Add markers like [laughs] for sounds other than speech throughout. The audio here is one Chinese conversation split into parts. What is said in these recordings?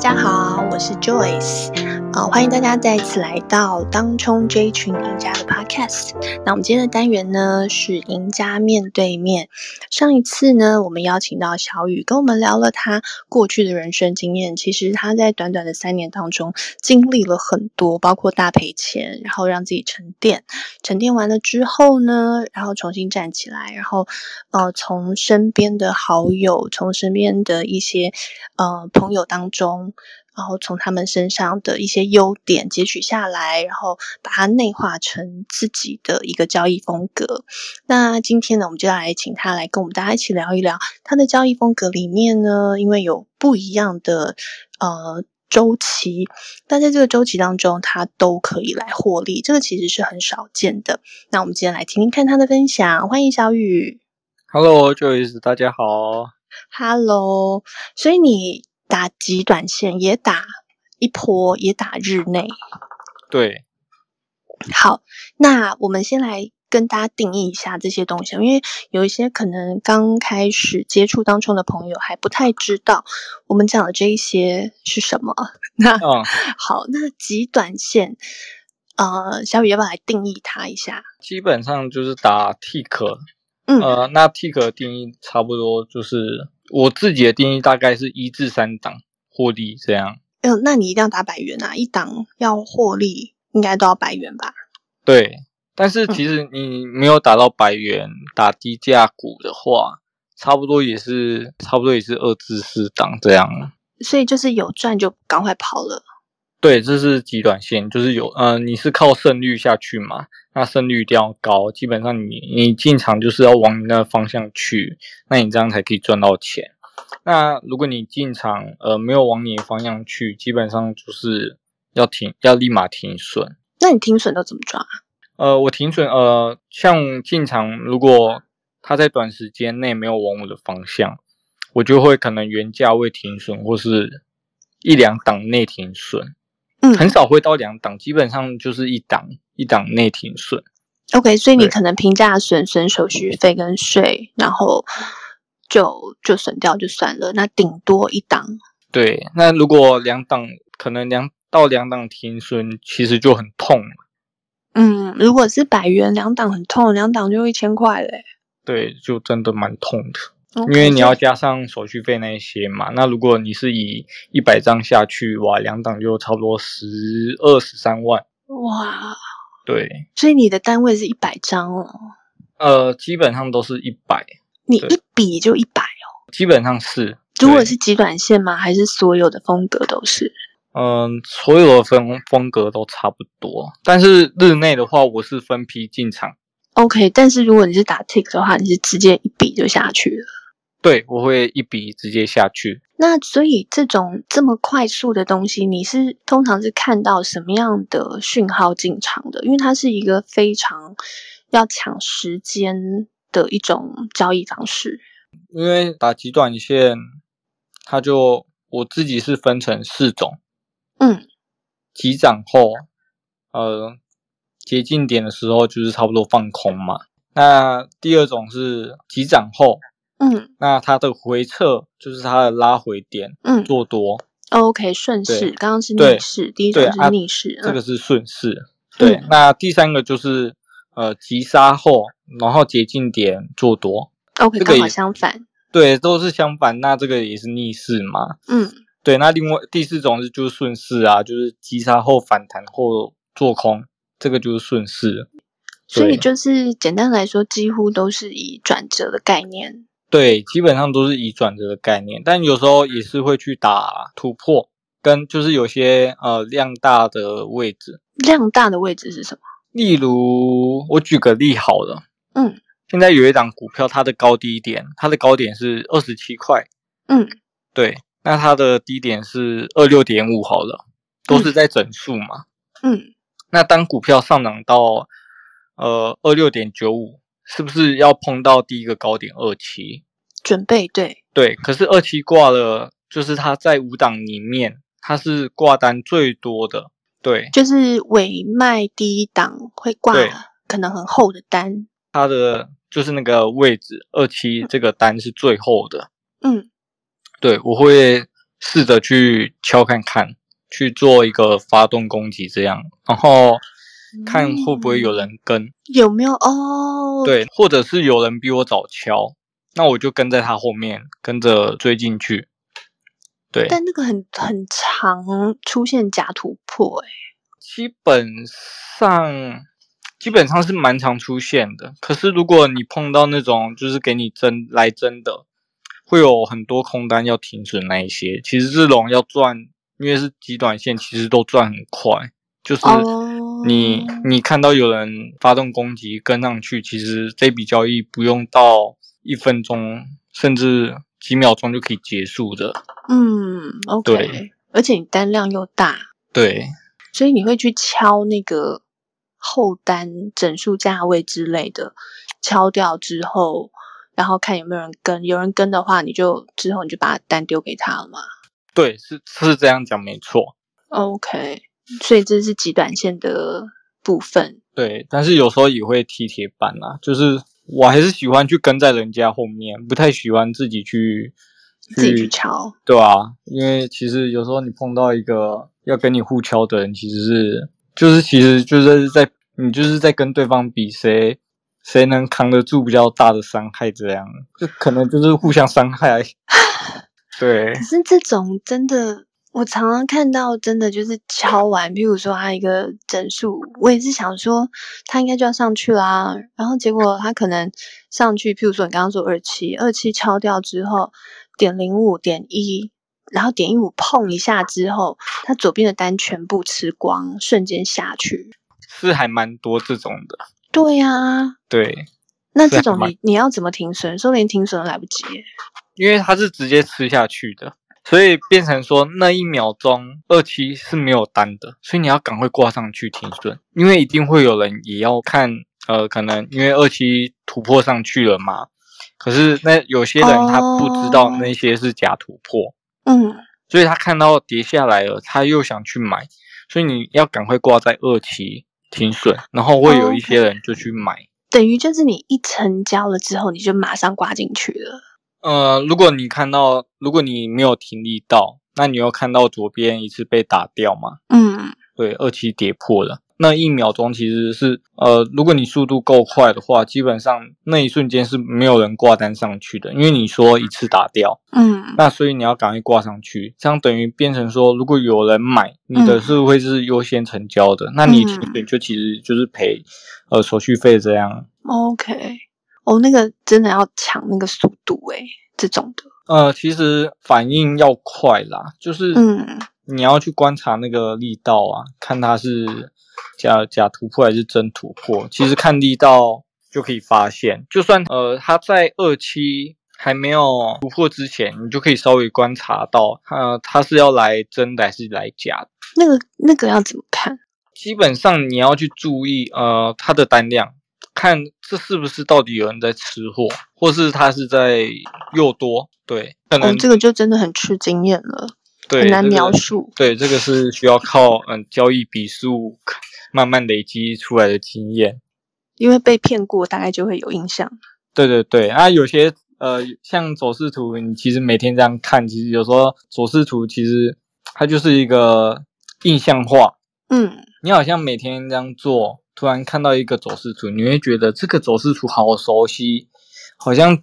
家好，我是 Joyce，呃，欢迎大家再次来到当冲追群赢家的 Podcast。那我们今天的单元呢是赢家面对面。上一次呢，我们邀请到小雨，跟我们聊了他过去的人生经验。其实他在短短的三年当中，经历了很多，包括大赔钱，然后让自己沉淀，沉淀完了之后呢，然后重新站起来，然后呃，从身边的好友，从身边的一些呃朋友当中，然后从他们身上的一些优点截取下来，然后把它内化成自己的一个交易风格。那今天呢，我们就来请他来跟我们大家一起聊一聊他的交易风格里面呢，因为有不一样的呃。周期，但在这个周期当中，他都可以来获利，这个其实是很少见的。那我们今天来听听看他的分享，欢迎小雨。 Hello，Joyce，大家好。 Hello，所以你打极短线也打一波，也打日内。对，好，那我们先来跟大家定义一下这些东西，因为有一些可能刚开始接触当中的朋友还不太知道我们讲的这一些是什么。那、嗯，好，那极短线，呃，小雨要不要来定义它一下？基本上就是打 tick，嗯呃，那 tick 的定义差不多就是我自己的定义，大概是一至三档获利这样。嗯、那你一定要打百元啊，一档要获利应该都要百元吧？对，但是其实你没有打到百元，打低价股的话，差不多也是差不多也是二至四档这样。所以就是有赚就赶快跑了。对，这是极短线，就是有，呃，你是靠胜率下去嘛？那胜率一定要高，基本上你你进场就是要往你那方向去，那你这样才可以赚到钱。那如果你进场呃没有往你的方向去，基本上就是要停，要立马停损。那你停损都怎么抓？啊呃，我停损，呃，像进场如果它在短时间内没有往我的方向，我就会可能原价位停损，或是一两档内停损。 [laughs] 嗯很少会到两档，基本上就是一档一档内停损。 ，OK，所以你对可能平价损损手续费跟税，然后就就损掉就算了。那顶多一档，对，那如果两档可能两到两档停损，其实就很痛了。嗯，如果是百元两档很痛，两档就一千块嘞。对，就真的蛮痛的， OK，因为你要所以加上手续费那一些嘛。那如果你是以一百张下去，哇，两档就差不多十二十三万。哇，对，所以你的单位是一百张哦，呃，基本上都是一百，你对一笔就一百哦。基本上是。如果对是极短线吗？还是所有的风格都是？嗯，所有的风风格都差不多，但是日内的话，我是分批进场。 OK，但是如果你是打 tick 的话，你是直接一笔就下去了。对，我会一笔直接下去。那所以这种这么快速的东西，你是通常是看到什么样的讯号进场的？因为它是一个非常要抢时间的一种交易方式。因为打极短线，它就我自己是分成四种：嗯急涨后，呃，接近点的时候就是差不多放空嘛。那第二种是急涨后，嗯那它的回撤就是它的拉回点嗯做多， ，OK，顺对势，刚刚是逆对势，第一种对是啊逆势，这个嗯是顺势。对，嗯那第三个就是呃急杀后，然后接近点做多， OK，这个刚好也相反，对，都是相反。那这个也是逆势嘛。嗯对，那另外第四种是就是顺势啊，就是急杀后反弹后做空，这个就是顺势。所以对就是简单来说，几乎都是以转折的概念。对，基本上都是以转折的概念，但有时候也是会去打突破，跟就是有些呃量大的位置，量大的位置是什么？例如我举个例好了，嗯，现在有一档股票，它的高低点，它的高点是二十七块，嗯对，那它的低点是二六点五好了，都是在整数嘛。嗯，那当股票上涨到呃二六点九五，是不是要碰到第一个高点二七？准备对，对，可是二七挂了，就是它在五档里面，它是挂单最多的。对，就是尾卖第一档会挂对可能很厚的单，它的就是那个位置二七这个单是最后的。嗯对，我会试着去敲看看，去做一个发动攻击这样，然后看会不会有人跟，有没有哦？，对，或者是有人比我早敲，那我就跟在他后面，跟着追进去。对，但那个很很常出现假突破、欸，基本上基本上是蛮常出现的。可是如果你碰到那种就是给你真来真的，会有很多空单要停损那一些。其实这种要赚，因为是极短线，其实都赚很快。就是哦你、你看到有人发动攻击跟上去，其实这笔交易不用到一分钟，甚至几秒钟就可以结束的。嗯，OK，对而且你单量又大，对，所以你会去敲那个后单整数价位之类的，敲掉之后，然后看有没有人跟，有人跟的话，你就之后你就把单丢给他了嘛。对，是是这样讲没错。 OK，所以这是极短线的部分。对，但是有时候也会踢铁板啦、就是我还是喜欢去跟在人家后面，不太喜欢自己去自己去敲，对啊，因为其实有时候你碰到一个要跟你互敲的人，其实是就是其实就是在你就是在跟对方比谁谁能扛得住比较大的伤害，这样就可能就是互相伤害。 [laughs] 对可是这种真的，我常常看到，真的就是敲完，譬如说他一个整数，我也是想说他应该就要上去啦，然后结果他可能上去，譬如说你刚刚说二七，二七敲掉之后，点零五点一。然后点一五碰一下之后，他左边的单全部吃光，瞬间下去。是还蛮多这种的，对呀、啊，对，那是这还种蛮你你要怎么停损？说不定停损都来不及耶。因为它是直接吃下去的，所以变成说那一秒钟二期是没有单的，所以你要赶快挂上去停损，因为一定会有人也要看，呃，可能因为二期突破上去了嘛，可是那有些人他不知道哦那些是假突破，嗯，所以他看到跌下来了，他又想去买，所以你要赶快挂在二期停损，然后会有一些人就去买。等于就是你一成交了之后，你就马上刮进去了。呃，如果你看到，如果你没有停力到，那你又看到左边一次被打掉嘛？嗯，对，二期跌破了。那一秒钟其实是，呃，如果你速度够快的话，基本上那一瞬间是没有人挂单上去的，因为你说一次打掉，嗯，那所以你要赶快挂上去，这样等于变成说，如果有人买，你的是会是优先成交的，那你停损就其实就是赔，呃，手续费这样。 OK，哦，那个真的要抢那个速度诶、这种的，呃，其实反应要快啦，就是嗯，你要去观察那个力道啊，看它是假假突破还是真突破。其实看力道就可以发现，就算呃它在二期还没有突破之前，你就可以稍微观察到，呃，它是要来真的还是来假的。那个那个要怎么看？基本上你要去注意，呃，它的单量，看这是不是到底有人在吃货，或是它是在诱多。对，可能、哦，这个就真的很吃经验了，对很难这个描述。对，这个是需要靠嗯交易笔数慢慢累积出来的经验。因为被骗过，大概就会有印象。对对对，啊，有些呃像走势图，你其实每天这样看，其实有时候走势图其实它就是一个印象化。嗯，你好像每天这样做，突然看到一个走势图，你会觉得这个走势图好熟悉，好像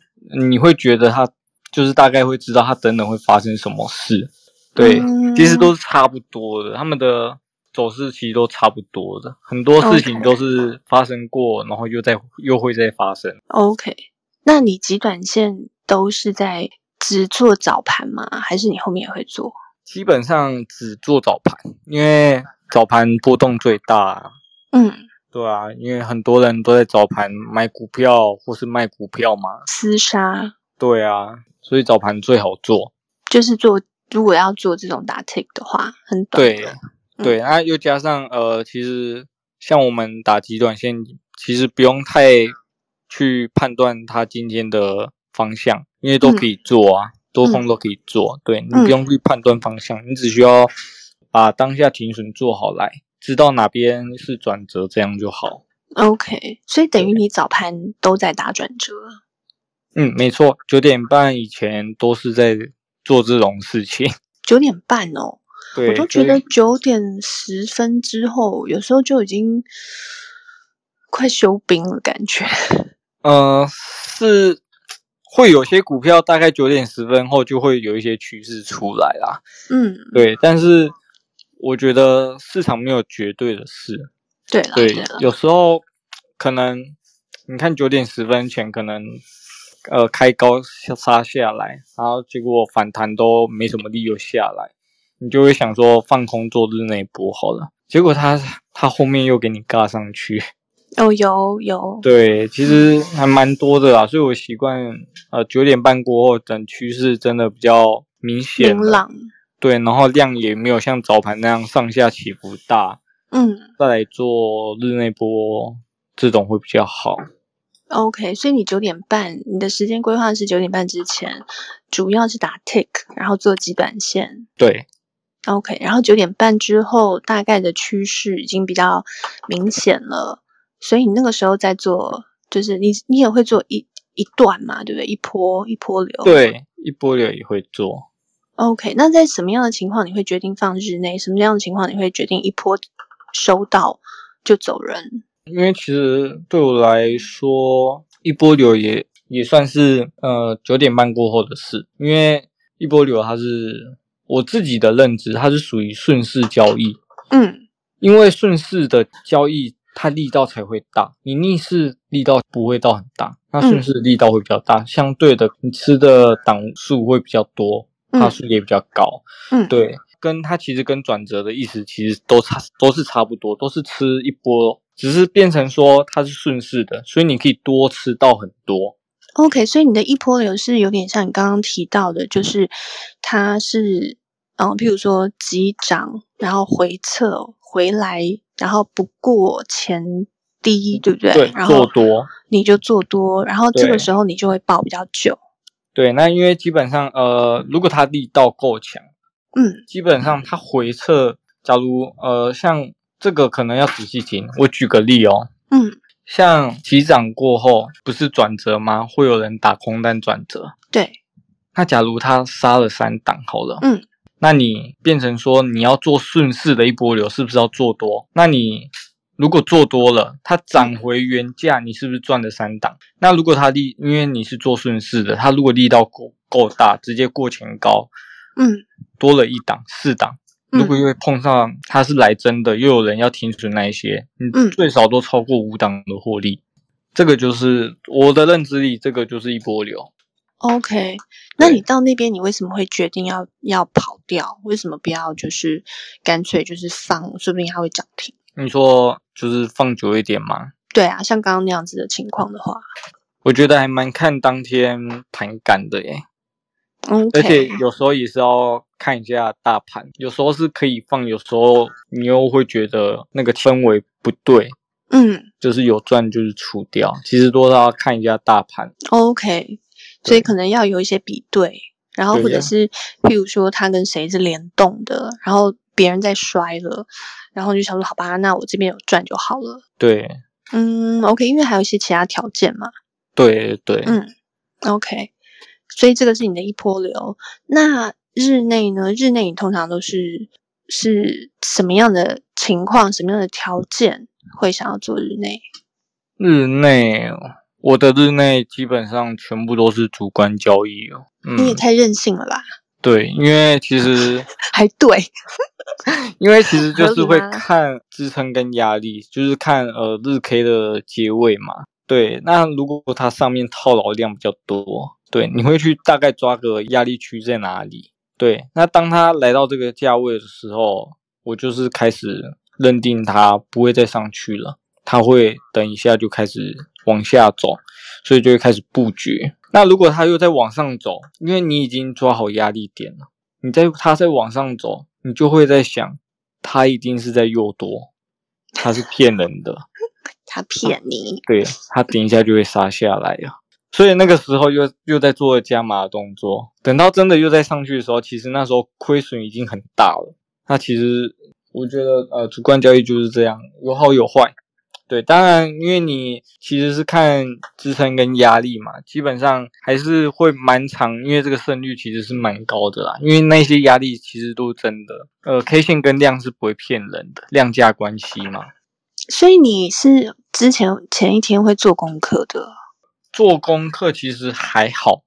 你会觉得它就是大概会知道它等等会发生什么事。对，嗯其实都是差不多的，他们的走势其实都差不多的，很多事情 OK 都是发生过，然后又再又会再发生。 OK，那你极短线都是在只做早盘吗？还是你后面也会做？基本上只做早盘，因为早盘波动最大。嗯，对啊，因为很多人都在早盘买股票或是卖股票嘛。厮杀对啊，所以早盘最好做。就是做，如果要做这种打 tick 的话，很短对的。嗯对，啊，又加上呃，其实像我们打极短线，其实不用太去判断它今天的方向，嗯因为都可以做啊，多空都可以做。对你不用去判断方向，你只需要把当下停损做好来，知道哪边是转折，这样就好。 OK，所以等于你早盘都在打转折。嗯，没错，九点半以前都是在做这种事情。九点半哦，对，我都觉所得以九点十分之后，有时候就已经快休兵了，感觉。呃，是会有些股票大概九点十分后就会有一些趋势出来啦。嗯，对，但是我觉得市场没有绝对的事。对了，对对了，，有时候可能你看九点十分前可能呃开高下杀下来，然后结果反弹都没什么力又下来，你就会想说放空做日内波好了。结果它它后面又给你尬上去。哦，有有，对，其实还蛮多的啦，所以我习惯呃九点半过后，等趋势真的比较明显明了朗，对，然后量也没有像早盘那样上下起伏大，嗯再来做日内波这种会比较好。 ，OK，所以你九点半，你的时间规划是九点半之前，主要是打 tick，然后做基本线对，OK，然后九点半之后，大概的趋势已经比较明显了，所以你那个时候在做，就是你你也会做一一段嘛，对不对？一波一波流，对，一波流也会做。 ，OK，那在什么样的情况你会决定放日内？什么样的情况你会决定一波收到就走人？因为其实对我来说，一波流也也算是呃九点半过后的事，因为一波流它是我自己的认知，它是属于顺势交易。嗯，因为顺势的交易，它力道才会大，你逆势力道不会到很大，那顺势力道会比较大，嗯相对的你吃的档数会比较多，它嗯数也比较高，嗯，对，跟它其实跟转折的意思其实都差都是差不多，都是吃一波，只是变成说它是顺势的，所以你可以多吃到很多， OK，所以你的一波流是有点像你刚刚提到的，就是它是，嗯、譬如说急涨，然后回撤回来，然后不过前低，对不对？对然，做后多。你就做多，然后这个对时候你就会抱比较久。对，那因为基本上，呃，如果它力道够强，嗯基本上它回撤，假如呃像这个可能要仔细听。我举个例哦，嗯，像起涨过后不是转折吗？会有人打空单转折。对，那假如他杀了三档好了，嗯，那你变成说你要做顺势的一波流，是不是要做多？那你如果做多了，它涨回原价，你是不是赚了三档？那如果它力，因为你是做顺势的，它如果力道够够大，直接过前高，嗯多了一档四档，嗯如果因为碰上它是来真的，又有人要停损那一些，嗯你最少都超过五档的获利。这个就是我的认知里，这个就是一波流。 ，OK。那对你到那边，你为什么会决定要要跑掉？为什么不要就是干脆就是放，说不定它会涨停？你说就是放久一点嘛，对啊，像刚刚那样子的情况的话我觉得还蛮看当天盘感的耶， ，OK。而且有时候也是要看一下大盘，有时候是可以放，有时候你又会觉得那个氛围不对，嗯。就是有赚就是出掉，其实多少要看一下大盘。 OK，所以对可能要有一些比对，然后对或者呀是譬如说他跟谁是联动的，然后别人在摔了，然后就想说好吧，那我这边有赚就好了。对嗯，OK，因为还有一些其他条件嘛。对对，嗯，OK，所以这个是你的一波流。那日内呢？日内你通常都是是什么样的情况、什么样的条件会想要做日内？日内，我的日内基本上全部都是主观交易哦。你也嗯，太任性了吧？对，因为其实，还对，因为其实就是会合理吗看支撑跟压力，就是看呃日 K 的结尾嘛。对，那如果它上面套牢量比较多，对，你会去大概抓个压力区在哪里。对，那当它来到这个价位的时候，我就是开始认定它不会再上去了，它会等一下就开始往下走。所以就会开始布局。那如果它又在往上走，因为你已经抓好压力点了，你在它在往上走，你就会在想，它一定是在诱多，它是骗人的，他骗你。对，它顶一下就会杀下来呀。所以那个时候又又在做加码的动作，等到真的又在上去的时候，其实那时候亏损已经很大了。那其实我觉得呃，主观交易就是这样，有好有坏，对，当然，因为你其实是看支撑跟压力嘛，基本上还是会蛮长，因为这个胜率其实是蛮高的啦，因为那些压力其实都是真的。呃，K 线跟量是不会骗人的，量价关系嘛。所以你是之前前一天会做功课的，做功课其实还好，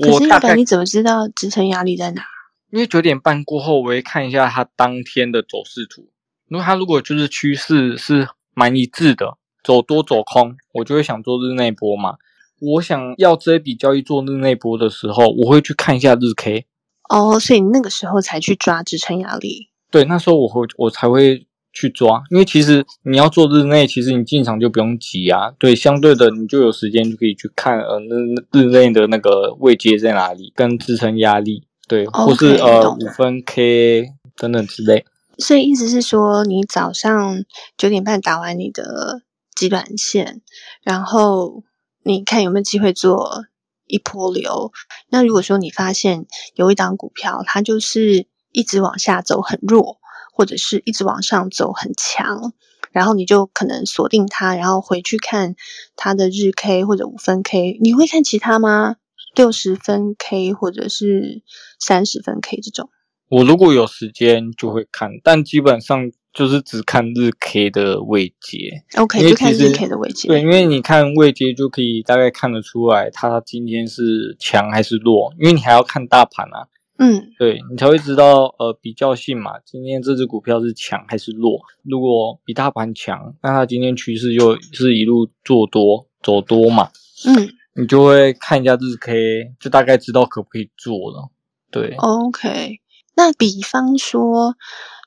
可我是大要概本你怎么知道支撑压力在哪？因为九点半过后，我会看一下它当天的走势图。如果它如果就是趋势是蛮一致的，走多走空，我就会想做日内波嘛。我想要这一笔交易做日内波的时候，我会去看一下日 K。哦，所以你那个时候才去抓支撑压力。对，那时候我会我才会去抓，因为其实你要做日内，其实你进场就不用急啊。对，相对的你就有时间就可以去看呃那日内的那个位阶在哪里，跟支撑压力，对或是 OK，呃懂五分 K 等等之类。所以意思是说，你早上九点半打完你的极短线，然后你看有没有机会做一波流。那如果说你发现有一档股票，它就是一直往下走很弱，或者是一直往上走很强，然后你就可能锁定它，然后回去看它的日 K 或者五分 K，你会看其他吗？六十分 K 或者是三十分 K 这种。我如果有时间就会看，但基本上就是只看日 K 的位阶。因 OK，为就看其实日 K 的位置。对，因为你看位阶就可以大概看得出来，它今天是强还是弱，因为你还要看大盘啊，嗯，对你才会知道呃比较性嘛，今天这只股票是强还是弱。如果比大盘强，那它今天趋势就是一路做多走多嘛，嗯你就会看一下日 K，就大概知道可不可以做了。对， ，OK。那比方说，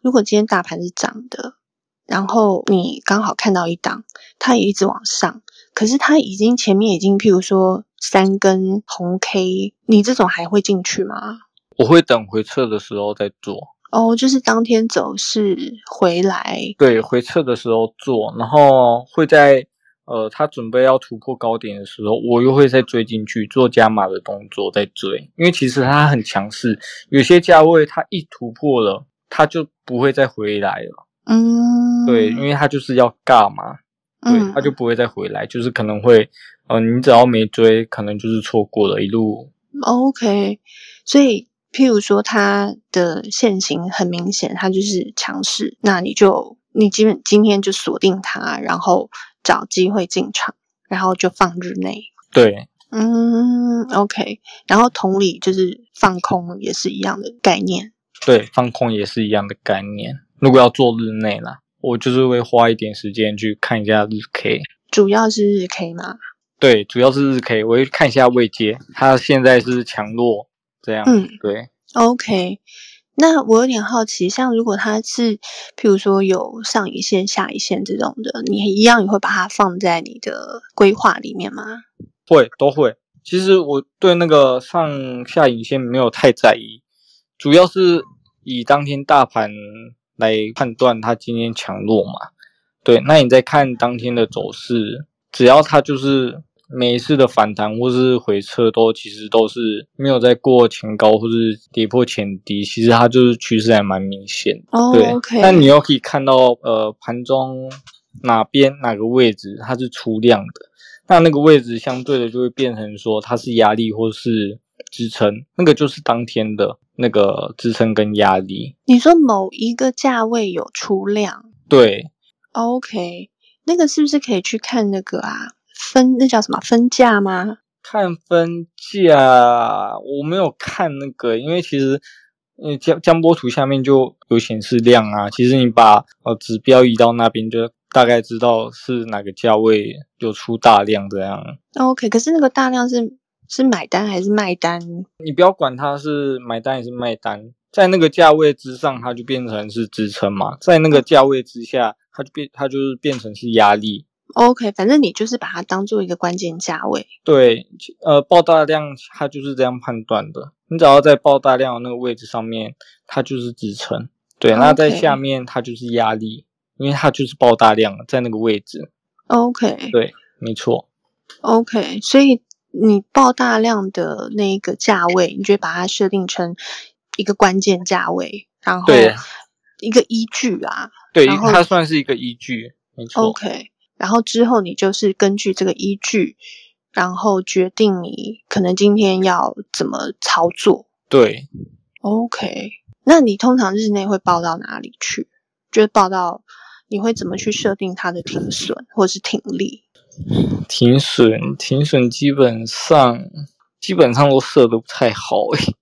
如果今天大盘是涨的，然后你刚好看到一档，它也一直往上，可是它已经前面已经，譬如说三根红 K，你这种还会进去吗？我会等回撤的时候再做。哦，就是当天走势回来，对，回撤的时候做，然后会在呃，他准备要突破高点的时候，我又会再追进去做加码的动作，再追。因为其实它很强势，有些价位它一突破了，它就不会再回来了。嗯，对，因为它就是要尬嘛，对，嗯，它就不会再回来，就是可能会，呃，你只要没追，可能就是错过了一路。 OK，所以譬如说它的线型很明显，它就是强势，那你就你基本今天就锁定它，然后找机会进场，然后就放日内。对，嗯，OK，然后同理就是放空也是一样的概念。对，放空也是一样的概念。如果要做日内啦，我就是会花一点时间去看一下日 K。主要是日 K 嘛，对，主要是日 K，我会看一下位阶，它现在是强弱这样。嗯对， OK，那我有点好奇，像如果它是，譬如说有上一线、下一线这种的，你一样也会把它放在你的规划里面吗？会都会。其实我对那个上下影线没有太在意，主要是以当天大盘来判断它今天强弱嘛。对，那你再看当天的走势，只要它就是每一次的反弹或是回撤都其实都是没有在过前高或是跌破前低，其实它就是趋势还蛮明显的。哦对，OK，那你又可以看到呃盘中哪边哪个位置它是出量的，那那个位置相对的就会变成说它是压力或是支撑，那个就是当天的那个支撑跟压力。你说某一个价位有出量哦对， ，OK，那个是不是可以去看那个啊？分那叫什么分价吗？看分价，我没有看那个，因为其实。呃，江江波图下面就有显示量啊。其实你把呃指标移到那边，就大概知道是哪个价位有出大量这样。哦？OK，可是那个大量是是买单还是卖单？你不要管它是买单还是卖单，在那个价位之上，它就变成是支撑嘛；在那个价位之下，它就变它就是变成是压哦力。OK，反正你就是把它当做一个关键价位。对，其呃，爆大量它就是这样判断的。你只要在爆大量的那个位置上面，它就是支撑。对，那在 OK 下面它就是压力，因为它就是爆大量了在那个位置。哦 OK，哦对，没错。 OK，所以你报大量的那个价位，你就把它设定成一个关键价位，然后对一个依据啊。对，然后它算是一个依据，没错。 OK，然后之后你就是根据这个依据，然后决定你可能今天要怎么操作。对， OK，那你通常日内会报到哪里去？就是报到你会怎么去设定它的停损或是停利？停损停损基本上基本上都设的不太好诶、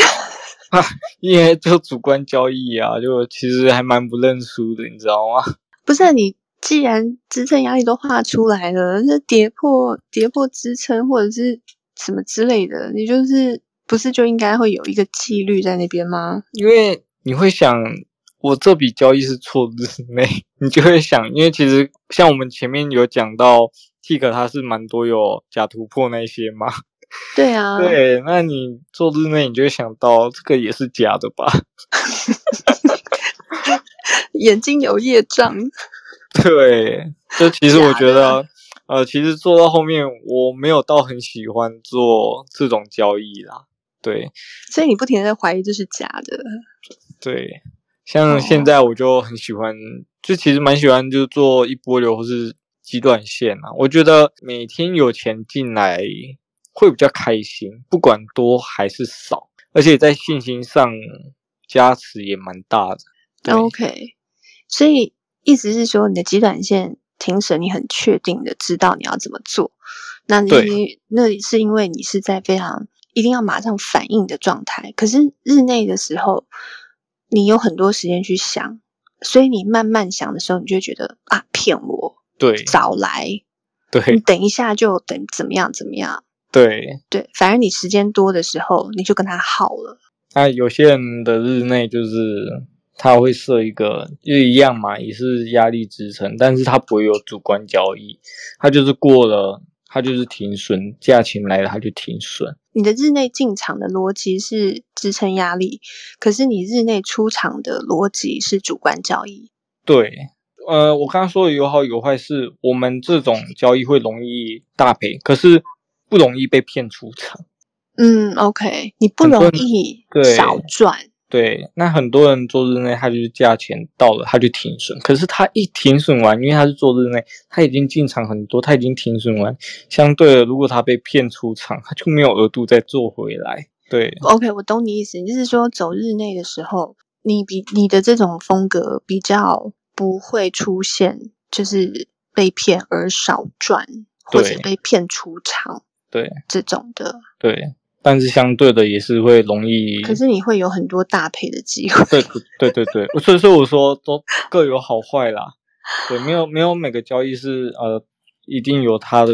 [laughs] 啊，因为就主观交易啊，就其实还蛮不认输的，你知道吗？不是啊、你既然支撑压力都画出来了，那跌破跌破支撑或者是什么之类的，你就是不是就应该会有一个纪律在那边吗？因为你会想，我这笔交易是错的 [laughs] 日内，你就会想，因为其实像我们前面有讲到 Tik 它是蛮多有假突破那一些嘛，对啊，对，那你做日内你就会想到这个也是假的吧？眼睛有业障， [laughs] 对，就其实我假觉得，呃，其实做到后面我没有到很喜欢做这种交易啦。对所以你不停的在怀疑这是假的。对，像现在我就很喜欢，就其实蛮喜欢就做一波流或是极短线啊。我觉得每天有钱进来会比较开心，不管多还是少，而且在信心上加持也蛮大的。对 OK，所以意思是说，你的极短线停损，你很确定的知道你要怎么做。那对你那是因为你是在非常一定要马上反应的状态，可是日内的时候，你有很多时间去想，所以你慢慢想的时候，你就会觉得啊，骗我，对早来，你对等一下就等怎么样怎么样。对，对，反正你时间多的时候，你就跟他耗了。那有些人的日内就是他会设一个，就一样嘛，也是压力支撑，但是他不会有主观交易，他就是过了，他就是停损，价钱来了他就停损。你的日内进场的逻辑是支撑压力，可是你日内出场的逻辑是主观交易。对，呃，我刚刚说的有好有坏是，我们这种交易会容易大赔，可是不容易被骗出场。嗯，OK，你不很容多易对少赚。对，那很多人做日内，他就是价钱到了他就停损，可是他一停损完，因为他是做日内，他已经进场很多，他已经停损完，相对的，如果他被骗出场，他就没有额度再做回来。对 OK，我懂你意思，你就是说走日内的时候，你比你的这种风格比较不会出现，就是被骗而少赚，或者对被骗出场对这种的。对，但是相对的也是会容易，可是你会有很多大赔的机会。对对对对，所以说我说都各有好坏啦。对，没有没有每个交易是呃一定有它的，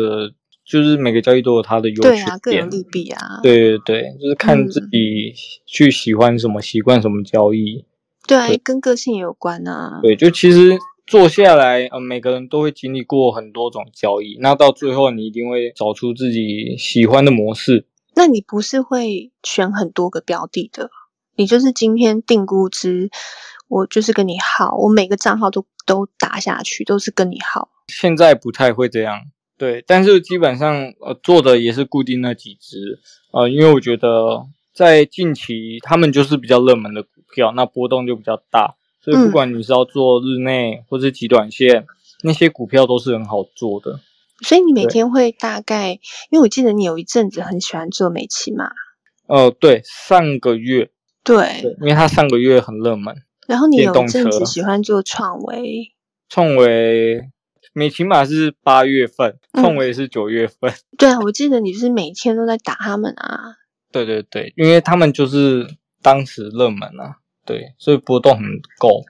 就是每个交易都有它的优缺对点。啊，各有利弊啊。对对对，就是看自嗯己去喜欢什么、习惯什么交易。对啊，跟个性也有关啊。对，就其实做下来，呃，每个人都会经历过很多种交易，那到最后你一定会找出自己喜欢的模式。那你不是会选很多个标的的？你就是今天定估值，我就是跟你耗，我每个账号都都打下去，都是跟你耗。现在不太会这样，对，但是基本上呃做的也是固定那几只，呃，因为我觉得在近期他们就是比较热门的股票，那波动就比较大，所以不嗯管你是要做日内或是极短线，那些股票都是很好做的。所以你每对天会大概，因为我记得你有一阵子很喜欢做美琪嘛，呃，对，上个月，对。对，因为它上个月很热门，然后你有电一动阵子车啊喜欢做创维，创维美骑马是八月份，嗯创维是九月份， [laughs] 对啊，我记得你是每天都在打他们啊。对对对，因为他们就是当时热门啊，对，所以波动很够，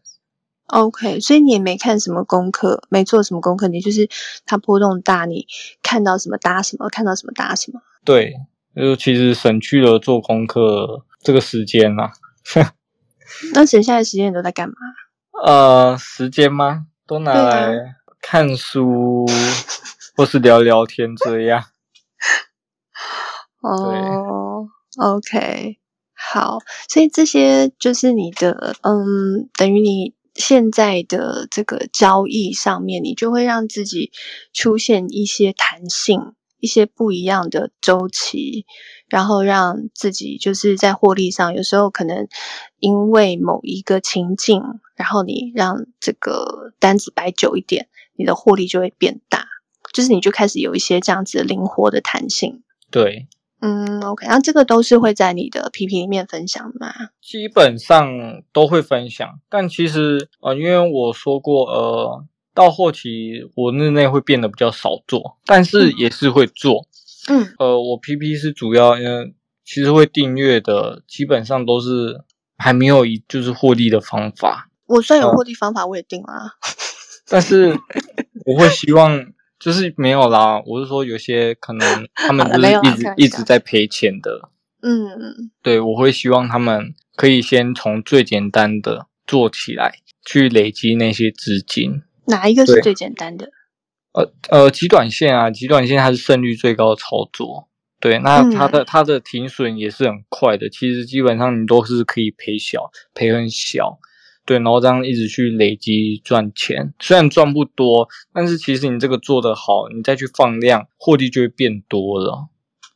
OK，所以你也没看什么功课，没做什么功课，你就是它波动大，你看到什么打什么，看到什么打什么。对，就其实省去了做功课这个时间啊啦、那剩下的时间你都在干嘛？呃，时间吗？都拿对啊来看书或是聊聊天这样，哦，OK，好，所以这些就是你的，嗯，等于你现在的这个交易上面，你就会让自己出现一些弹性，一些不一样的周期，然后让自己就是在获利上，有时候可能因为某一个情境，然后你让这个单子摆久一点。你的获利就会变大，就是你就开始有一些这样子灵活的弹性。对，嗯，OK，那这个都是会在你的 PP 里面分享吗？基本上都会分享，但其实呃，因为我说过，呃，到后期我日内会变得比较少做，但是嗯也是会做。嗯呃，我 PP 是主要，嗯、其实会订阅的，基本上都是还没有一就是获利的方法，我虽然有哦获利方法，我也定了啊。但是 [laughs] 我会希望就是没有啦，我是说有些可能他们好了就没有啦啊开是一直玩一笑直在赔钱的，嗯，对，我会希望他们可以先从最简单的做起来，去累积那些资金。哪一个是对最简单的？呃呃，极短线啊，极短线它是胜率最高的操作。对，那它的、它的停损也是很快的，其实基本上你都是可以赔小，赔很小。对，然后这样一直去累积赚钱，虽然赚不多，但是其实你这个做得好，你再去放量，获利就会变多了。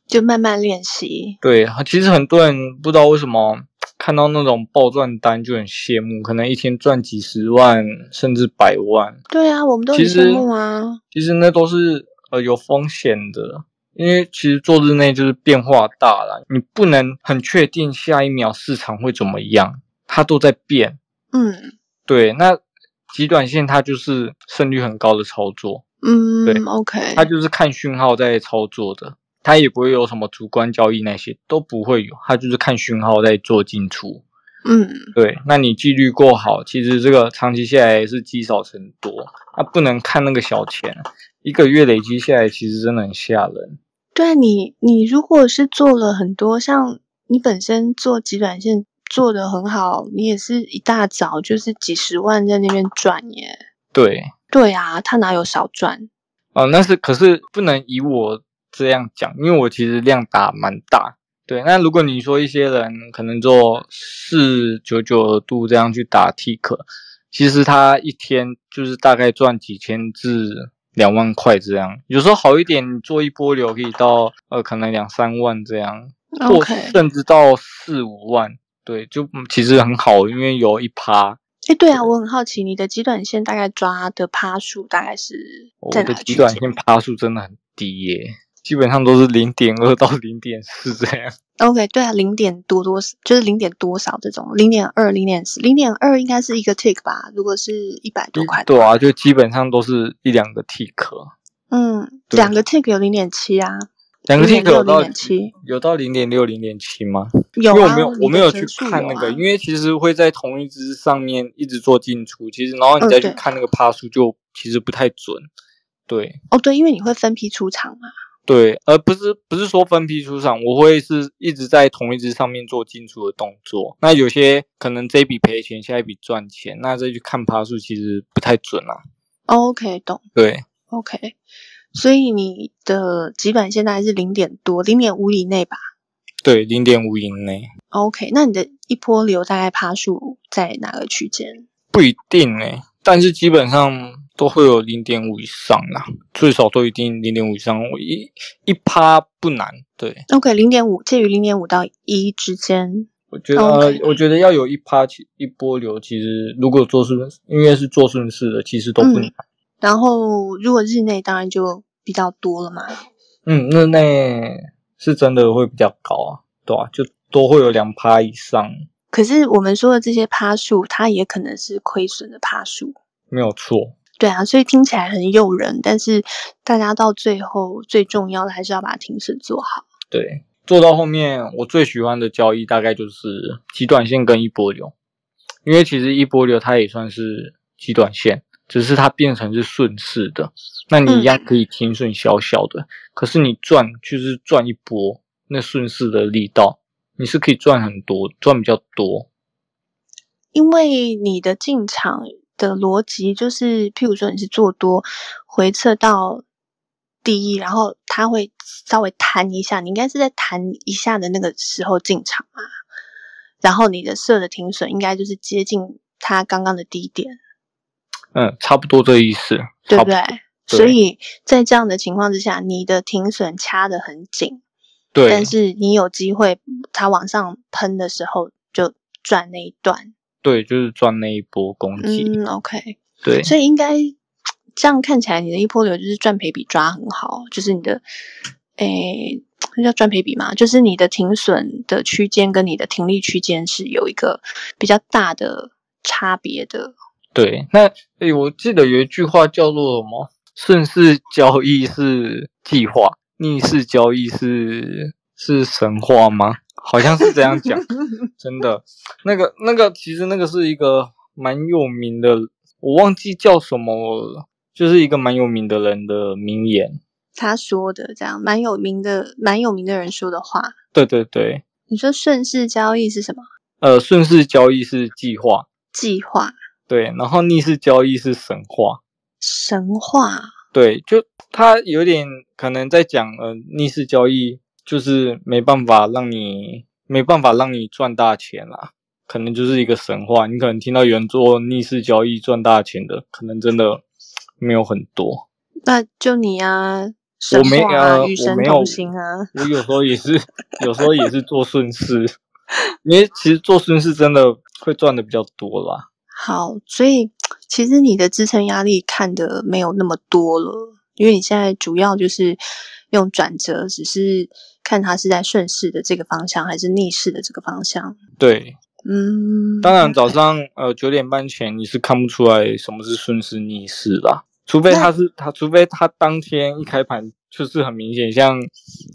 就慢慢练习。对，啊其实很多人不知道为什么看到那种爆赚单就很羡慕，可能一天赚几十万甚至百万。对啊，我们都很其实羡慕啊。其实那都是呃有风险的，因为其实做日内就是变化大了，你不能很确定下一秒市场会怎么样，它都在变。嗯对，那极短线它就是胜率很高的操作，嗯对，OK，它就是看讯号在操作的。它也不会有什么主观交易那些都不会有，它就是看讯号在做进出。嗯对，那你纪律过好，其实这个长期下来是积少成多，那不能看那个小钱，一个月累积下来，其实真的很吓人。对啊你你如果是做了很多，像你本身做极短线做的很好，你也是一大早就是几十万在那边赚耶。对，对啊，他哪有少赚？哦、那是可是不能以我这样讲，因为我其实量打蛮大。对，那如果你说一些人可能做四九九度这样去打 T 克，其实他一天就是大概赚几千至两万块这样，有时候好一点，你做一波流可以到呃可能两三万这样，或 OK，甚至到四五万，对，就嗯其实很好，因为有一趴，哎，对啊，我很好奇你的极短线大概抓的趴数大概是哦我在的哪极区短间线趴数真的很低耶，基本上都是零点二到零点四这样。 ？OK，对啊，零点多多就是零点多少这种，零点二、零点零点二应该是一个 tick 吧？如果是一百多块的对啊，就基本上都是一两个 T 壳，嗯，对啊两个 tick 有零点七啊，两个 T 壳有到0.6有到零点六、零点七吗？有因为啊，我没有你我没的有折去数看有那个，啊因为其实会在同一只上面一直做进出，其实然后你嗯再去对看那个趴数就其实不太准，对。哦对，因为你会分批出场嘛。对，而不是不是说分批出场，我会是一直在同一只上面做进出的动作。那有些可能这一笔赔钱，下一笔赚钱，那这就看趴数其实不太准啦、 OK，懂对， OK，所以你的极短线大概是零点多，零点五以内吧。对，零点五以内 OK，那你的一波流大概趴数在哪个区间？不一定呢、但是基本上都会有零点五以上啦，最少都一定零点五以上。我一一趴不难，对 OK，零点五介于零点五到一之间。我觉得、呃 OK 我觉得要有一趴起一波流，其实如果做顺，因为是做顺势的，其实都不嗯难。然后如果日内当然就比较多了嘛。嗯，日内是真的会比较高啊，对啊，就都会有两趴以上，可是我们说的这些趴数，它也可能是亏损的趴数。没有错。对啊，所以听起来很诱人，但是大家到最后最重要的还是要把停损做好。对，做到后面我最喜欢的交易大概就是极短线跟一波流，因为其实一波流它也算是极短线，只是它变成是顺势的，那你一样可以停损小小的，可是你赚就是赚一波，那顺势的力道你是可以赚很多，赚比较多。因为你的进场的逻辑就是，譬如说你是做多，回撤到第一，然后它会稍微弹一下，你应该是在弹一下的那个时候进场嘛。然后你的设的停损应该就是接近它刚刚的低点，嗯，差不多这意思，对差不不多对？对所以在这样的情况之下，你的停损掐得很紧，对，但是你有机会它往上喷的时候就赚那一段。嗯对，就是赚那一波攻击。嗯，OK，对，所以应该这样看起来你的一波流就是赚赔比抓很好，就是你的，诶，那叫赚赔比嘛，就是你的停损的区间跟你的停利区间是有一个比较大的差别的。对，那诶，我记得有一句话叫做什么？顺势交易是计划，逆势交易是是神话吗？好像是这样讲，真的。那个那个，其实那个是一个蛮有名的，我忘记叫什么了，就是一个蛮有名的人的名言。他说的这样蛮有名的，蛮有名的人说的话。对对对，你说顺势交易是什么？呃，顺势交易是计划，计划、对，然后逆势交易是神话。神话，对，就他有点可能在讲呃逆势交易，就是没办法让你没办法让你赚大钱啦，可能就是一个神话。你可能听到有人做逆势交易赚大钱的，可能真的没有很多。那就你啊，神没话啊啊，与神我没有同行啊。我有时候也是，有时候也是做顺势，因为其实做顺势真的会赚的比较多啦。好，所以其实你的支撑压力看的没有那么多了，因为你现在主要就是用转折，只是看它是在顺势的这个方向还是逆势的这个方向。对，嗯，当然早上呃九点半前你是看不出来什么是顺势逆势啦，除非他是他，除非他当天一开盘就是很明显，像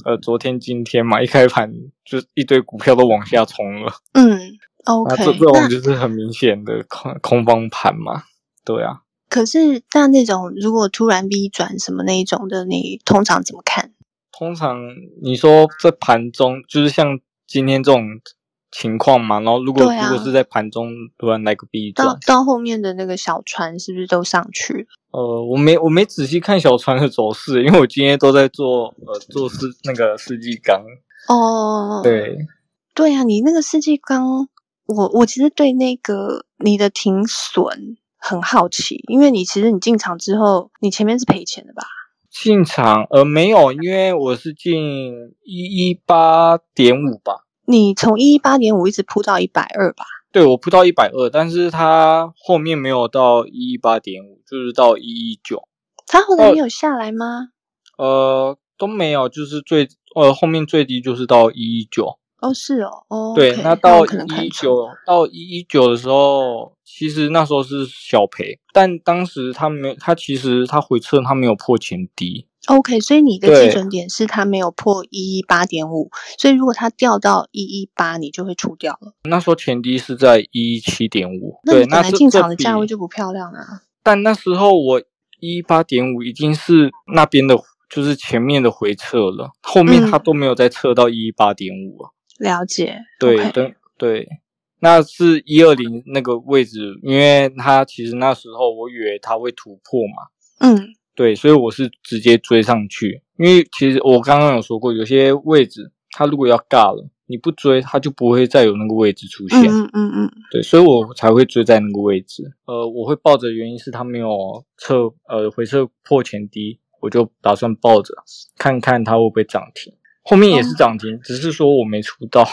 呃昨天今天嘛，一开盘就一堆股票都往下冲了，嗯那，OK，啊这这种那就是很明显的空空方盘嘛，对啊，可是那那种如果突然 V 转什么那一种的，你通常怎么看？通常你说在盘中就是像今天这种情况嘛，然后如果、对啊如果是在盘中突然来个 B 到转，到后面的那个小船是不是都上去了？呃，我没我没仔细看小船的走势，因为我今天都在做呃做司那个司机缸。哦，对，对啊，你那个世纪刚，我我其实对那个你的停损很好奇，因为你其实你进场之后，你前面是赔钱的吧？进场呃没有，因为我是进一一八点五吧，你从一八点五一直扑到一百二吧？对我不到一百二，但是它后面没有到一一八点五，就是到一一九，它后哦来没有下来吗？呃都没有，就是最呃后面最低就是到一一九，哦，是哦，哦，对 OK，那我到可能一看一错，九到一一九的时候，其实那时候是小赔，但当时他没，他其实他回撤他没有破前低， OK，所以你的对基准点是它没有破一一八点五，所以如果它掉到一一八，你就会出掉了。那时候前低是在一七点五，那对，你本那来这进这场的价比位就不漂亮啊。但那时候我一八点五已经是那边的，就是前面的回撤了，后面它嗯都没有再测到一八点五了。了解对， ，OK，等对，那是一二零那个位置，因为它其实那时候我以为它会突破嘛，嗯，对，所以我是直接追上去，因为其实我刚刚有说过，有些位置它如果要尬了，你不追它就不会再有那个位置出现。嗯嗯嗯嗯，对，所以我才会追在那个位置。呃，我会抱着原因是它没有测呃回撤破前低，我就打算抱着看看它会不会涨停。后面也是涨停，只是说我没出到，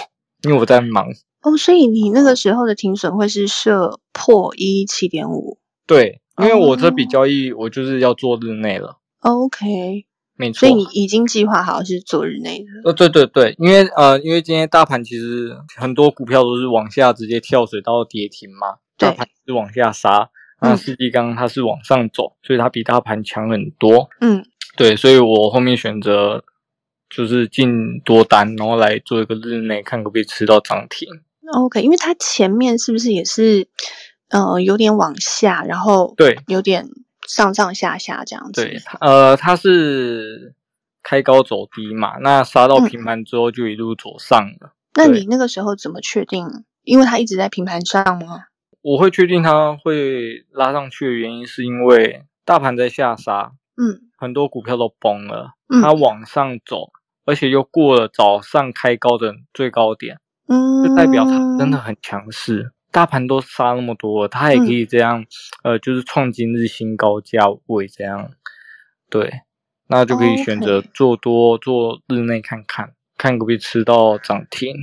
因为我在忙。哦，所以你那个时候的停损会是设破一七点五对，因为我这笔哦交易我就是要做日内了， ，OK，没错。所以你已经计划好是做日内的，呃，对对对，因为呃，因为今天大盘其实很多股票都是往下直接跳水到跌停嘛，大对盘是往下杀，那嗯世纪刚它是往上走，所以它比大盘强很多。嗯，对，所以我后面选择就是进多单，然后来做一个日内，看可不可以吃到涨停。 ，OK，因为它前面是不是也是，呃，有点往下，然后对有点上上下下这样子，对，它呃，它是开高走低嘛，那杀到嗯平盘之后就一路走上了。那对你那个时候怎么确定？因为它一直在平盘上吗？我会确定它会拉上去的原因，是因为大盘在下杀，嗯很多股票都崩了，它嗯往上走，而且又过了早上开高的最高点，嗯，就代表它真的很强势。大盘都杀那么多了，它也嗯可以这样，呃，就是创今日新高价位这样，对，那就可以选哦择 OK 做多做日内看看，看可不可以吃到涨停。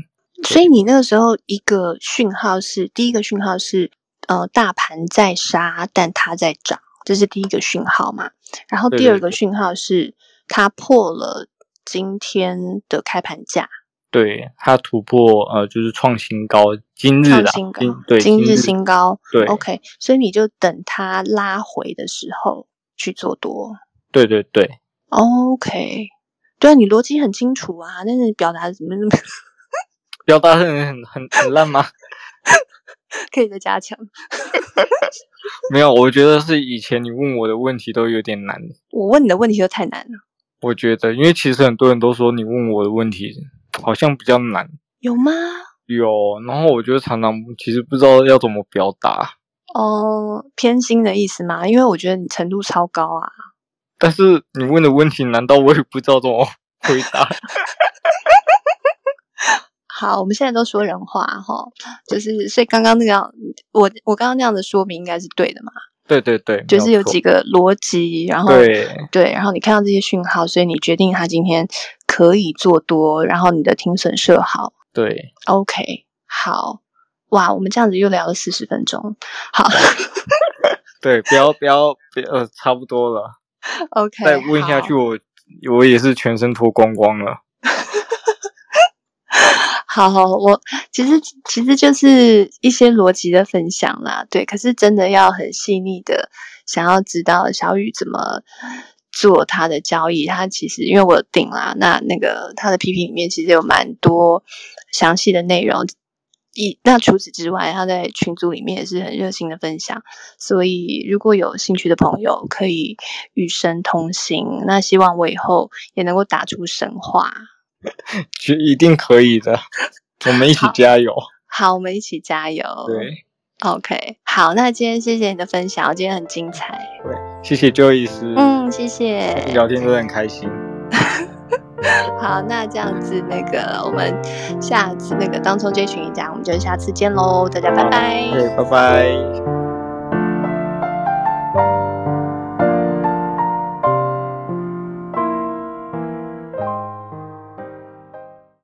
所以你那个时候一个讯号是，第一个讯号是，呃，大盘在杀，但它在涨，这是第一个讯号嘛。然后对第对二个对讯号是它破了今天的开盘价，对它突破呃就是创新高，今日创啊，新高今，对今日日新高。对 OK，所以你就等它拉回的时候去做多。对对对， OK，对啊，你逻辑很清楚啊，但是你表达怎么 [laughs] 表达很很很很烂吗？可以再加强？没有，我觉得是以前你问我的问题都有点难，我问你的问题都太难了，我觉得，因为其实很多人都说你问我的问题好像比较难，有吗？有，然后我觉得常常其实不知道要怎么表达，哦，偏心的意思吗？因为我觉得你程度超高啊。但是你问的问题，难道我也不知道怎么回答？ [laughs] 好，我们现在都说人话哈，就是所以刚刚那个要我我刚刚那样的说明应该是对的嘛，对对对，就是没有错几个逻辑，然后对对然后你看到这些讯号，所以你决定他今天可以做多，然后你的停损设好对， ，OK，好，哇，我们这样子又聊了四十分钟，好对，不要不要，不要呃，差不多了。 ，OK，再问好下去，我我也是全身脱光光了。好 [laughs] 好，我其实其实就是一些逻辑的分享啦，对。可是真的要很细腻的想要知道小雨怎么做他的交易，他其实因为我有订啦，那那个他的 P P 里面其实有蛮多详细的内容。一那除此之外，他在群组里面也是很热心的分享，所以如果有兴趣的朋友可以与神同行。那希望我以后也能够打出神话。其实一定可以的， [laughs] 我们一起加油。好，我们一起加油。对， OK，好，那今天谢谢你的分享，今天很精彩。谢谢 Joy 医师，嗯，谢谢。聊天真的很开心。好，那这样子，那个我们下次那个当中这群赢家，我们就下次见喽，大家拜拜。对，拜拜。